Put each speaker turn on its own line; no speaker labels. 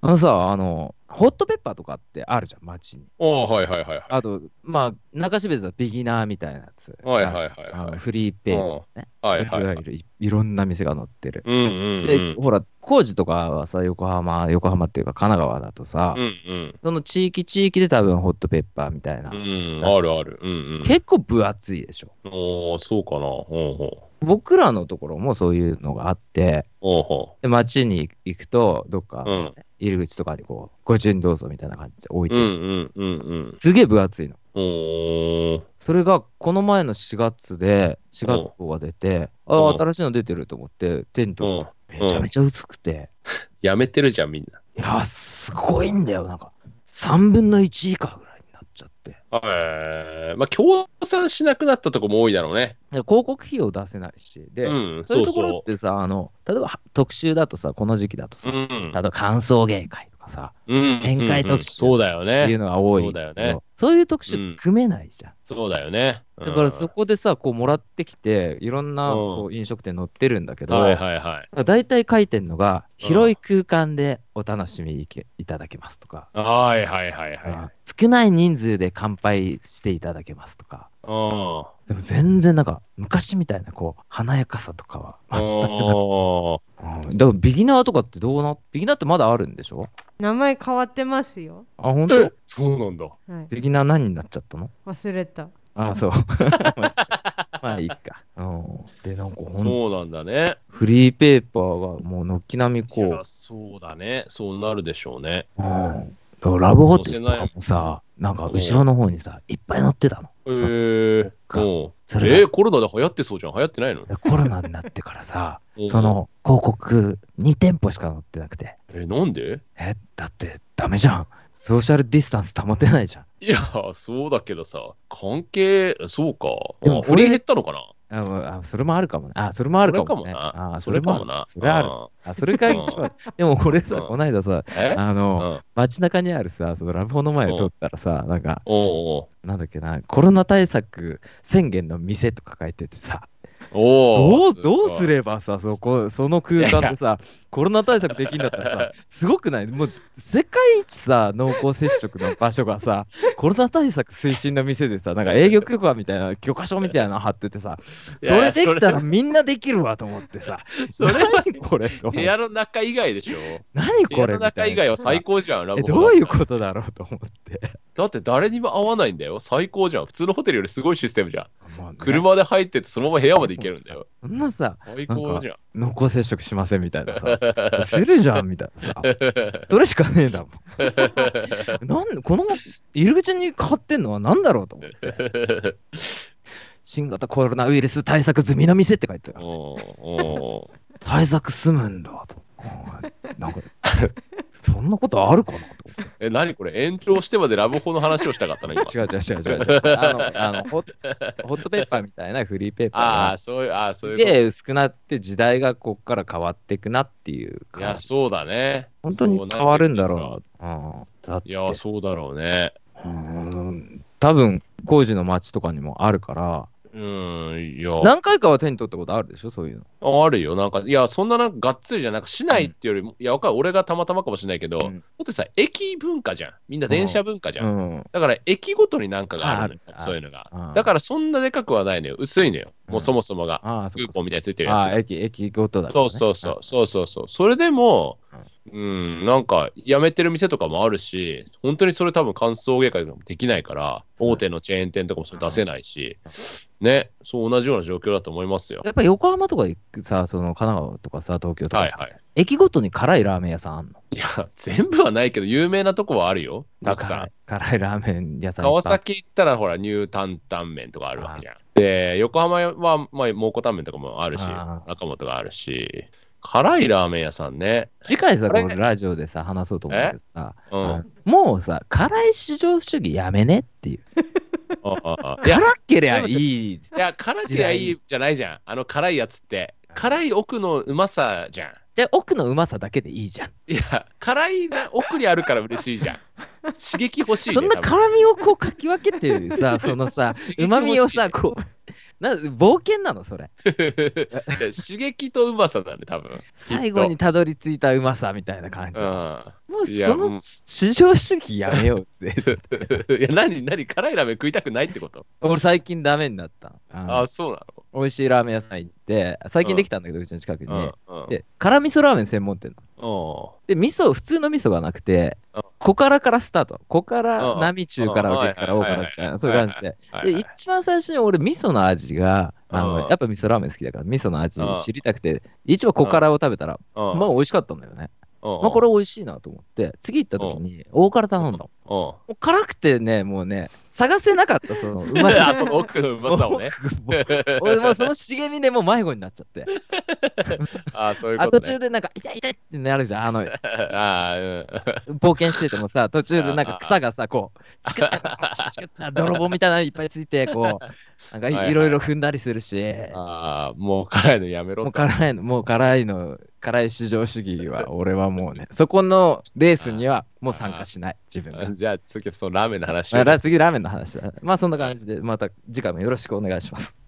あのさ、あの、ホットペッパーとかってあるじゃん、街に。
ああ、はいはいはいはい。
あと、まあ、中標津はビギナーみたいなやつ。
はいはいはいはい
あのフリーペーパーね。
うんはいはいい
わ
はい。
ゆるいいろんな店が載ってる。
うんうんう
で、
ん。
ほら、工事とかはさ、横浜、横浜っていうか神奈川だとさ、
うんうん。
その地域地域で多分ホットペッパーみたいな。
うん、あるある。うん
結構分厚いでしょ。
うん。おーそうかな。ほうほ
僕らのところもそういうのがあって、
う。ほうほ
で街に行くと、どっ
う。う
か
ん。
入り口とかにこう、ご注文どうぞみたいな感じで置いて
うん
る、
うんうんうん。
すげえ分厚いの。
おー
それがこの前の4月で、4月号が出て、あ
う
あ、
ん
新しいの出てると思って、テント
うん
めちゃめちゃ薄くて、
やめてるじゃん、みんな。
いや、すごいんだよ、なんか、3分の1以下ぐらいになっちゃって。
えー、まあ、協賛しなくなったとこも多いだろうね。
で広告費用出せないし、で、
うん、
そうい
そうう
ところっ
そ
てさ、あの例えば特集だとさ、この時期だと
う。
さ、
う
例
ん
えば感想芸会とかさ、
うん。
宴会特集
うんそうだよ
ってい
ね
う。のが多い
そ
け
うだ
ど
よね
そういう特集組めないじゃん。
そうだよね。うん
だからそこでさ、こうもらってきて、いろんなこう飲食店載ってるんだけど、
はいはいはい。
大体書いてんのが、
うん
広い空間でお楽しみいけいただけますとか、
はいはいはい
うん
は
少ない人数で乾杯していただけますとか、
い。うん。
でも全然なんか、昔みたいなこう華やかさとかは全くな
おー
い。うんだからビギナーとかってどうな、ビギナーってまだあるんでしょ
名前変わってますよ。
あ、本
え
当
そうなんだ。
はい、
ビギナー何になっちゃったの
忘れた。
あ、 そう。まあいいか。うんで、なんかほん
そうなんだね。
フリーペーパーがもう軒並み
い
こ
や
う、
そうだね。そうなるでしょうね。
うんだからラブホテルとかもさ、なんか後ろの方にさ、いっぱい乗ってたの。
えー、
か
うん
それが
えー、コロナで流行ってそうじゃん。流行ってないの
コロナになってから さ、そ。の広告2店舗しか載ってなくて、
えー、なんで
え、だってダメじゃん。ソーシャルディスタンス保てないじゃん。
いや、そうだけどさ、関係、そうか。
でも
あ振り減ったのかな
あもうあそれもあるかもね。あ、それもあ
あ
る
れ
か
か
も
も
ね。
な。
あ
それかもな。
それある。
る。
あ、それが一番。でも俺さ、
うん
こないださ、
え
あ
う
の、
ん。
街中にあるさ、そのラブホの前を通ったらさ、なんか、
おう
なんだっけな、コロナ対策宣言の店とか書いててさ、
おうお
ど
う
うどうす
る
ればさ、そこ、その空間でさ、コロナ対策できんだったらさ、すごくないもう、世界一さ、濃厚接触の場所がさ、コロナ対策推進の店でさ、なんか営業許可みたいな、許可書みたいなの貼っててさ、
い
そ
や
れできたら
そ
みんなできるわと思ってさ、
それは
何これと思っ
部
て
屋の中以外で しょ
何
部屋
これ
の
みた
中
い
以
な
外は最高じゃん、ラブ
え、
ホ
どういうことだろうと思って。
だって誰にも会わないんだよ。最高じゃん。普通のホテルよりすごいシステムじゃん。
まあね
車で入ってってそのまま部屋まで行けるんだ よ。
そんなさ、
最高じゃん。
濃厚接触しませんみたいなさ、するじゃんみたいなさ、それしかねえだもん。 なんこの入り口に買ってんのは何だろうと思って新型コロナウイルス対策済みの店って書いてある
おうおう
対策済むんだとなんかそんなことあるかなと
え、何これ延長してまでラブホの話をしたかったの今。
違う違う違う違う違うあのあのホッホットペッパーみたいなフリーペーパー
あ
が
あ、そういう、ああ、そういうこと
で薄くなって時代がこっから変わっていくなっていう
いや、
感じ
そうだね。
本当に
そう
変わるんだろ
な
うなうんだっ
い
て
や、そうだろうね。
うん多分工事の街とかにもあるから
うん、いや、
何回かは手に取ったことあるでしょそういうの
あるよ。なんか、いや、そんななんかがっつりじゃなく、市内っていうよりも、いや、わかる、俺がたまたまかもしれないけど、
う
だ
ん
ってさ、駅文化じゃん。みんな電車文化じゃん。
うん
だから、駅ごとになんかがあるんだ
あある
よ、そういうのが
ああ。
だから、そんなでかくはないのよ。薄いのよ。
う
も
ん
うそもそもが。
ああ、
ク
そっ
ー
か
ポンみたいについてる
あ
やつ
あ、
が。
駅、駅ごとだから
そ
ね
うそうそう、そうそうそう。それでも、うん、なんか、やめてる店とかもあるし、本当にそれ多分、歓送迎会とかもできないから、
そう
大手のチェーン店とかもそれ出せないし、ね、そう、同じような状況だと思いますよ
や。っぱ横浜とか行くさ、その神奈川とかさ、東京とか、
はいはい。
駅ごとに辛いラーメン屋さんあんの
いや、全部はないけど、有名なとこはあるよ、たくさん。
辛い 辛いラーメン屋さんいっぱ
川
い。
崎行ったら、ほら、ニュータンタンメンとかあるわけじゃん。で、横浜は、まあ、蒙古タンメンとかもあるし
あ、
中本があるし、辛いラーメン屋さんね。
次回さ、
これ
このラジオでさ、話そうと思うんだけどさ、
う
あ
ん
の。もうさ、辛い市場主義やめねっていう。
あああいや、
辛けりゃいい。
いや辛けりゃいいじゃないじゃん。あの辛いやつって。辛い奥のうまさじゃん。
じゃあ奥のうまさだけでいいじゃん。
いや、辛いな奥にあるから嬉しい じゃん。刺激欲しいね。
そんな
多分
辛みをこうかき分けてさ、そのさ、
刺激欲しいう
まみをさ、こう、な冒険なのそれ
いや刺激とうまさだね、多分。
最後にたどり着いたうまさみたいな感
う
じ、
ん。いや、
もうい
や
その
もう
至上主義やめようって
何、何、辛いラーメン食いたくないってこと
俺最近ダメになったあの
あ、そうな
美味しいラーメン屋さん行って最近できたんだけど、うちの近くにね、
のうん。うん。
で辛味噌ラーメン専門店なの
う
で味噌普通の味噌がなくて
うん
小辛からスタート小辛
うん
並中辛
うん
激辛大辛みたいなそういう感じで
ん。はい
で
はい
一番最初に俺味噌の味があ
う
の
ん
やっぱ味噌ラーメン好きだから味噌の味
うん
知りたくて一番小辛を食べたら
うん
まあ美味しかったんだよね
うん
まあこれ美味しいなと思って次行った時に大辛頼んだのも
う。
う辛くてねもうね探せなかったそのうん まい
あ、その奥のうまさをね。
俺 もうその茂みでもう迷子になっちゃって
あ、そういう
あ
こと
途
ね
中。でなんか痛い痛いってなるじゃんあの
あー
冒険しててもさ、途中でなんか草がさ、こう、チクッチクッ泥棒みたいなのいっぱいついて、こう、なんか
はいはい
いろいろ踏んだりするし、
うん あー、もう辛いのやめろ
も
と
う。辛いの、もう辛いの、辛い至上主義は、俺はもうね、そこのレースにはもう参加しない、自分が。
じゃあ次はそのラーメンの話を
まあ次、ラーメンの話だ。まあそんな感じで、また次回もよろしくお願いします。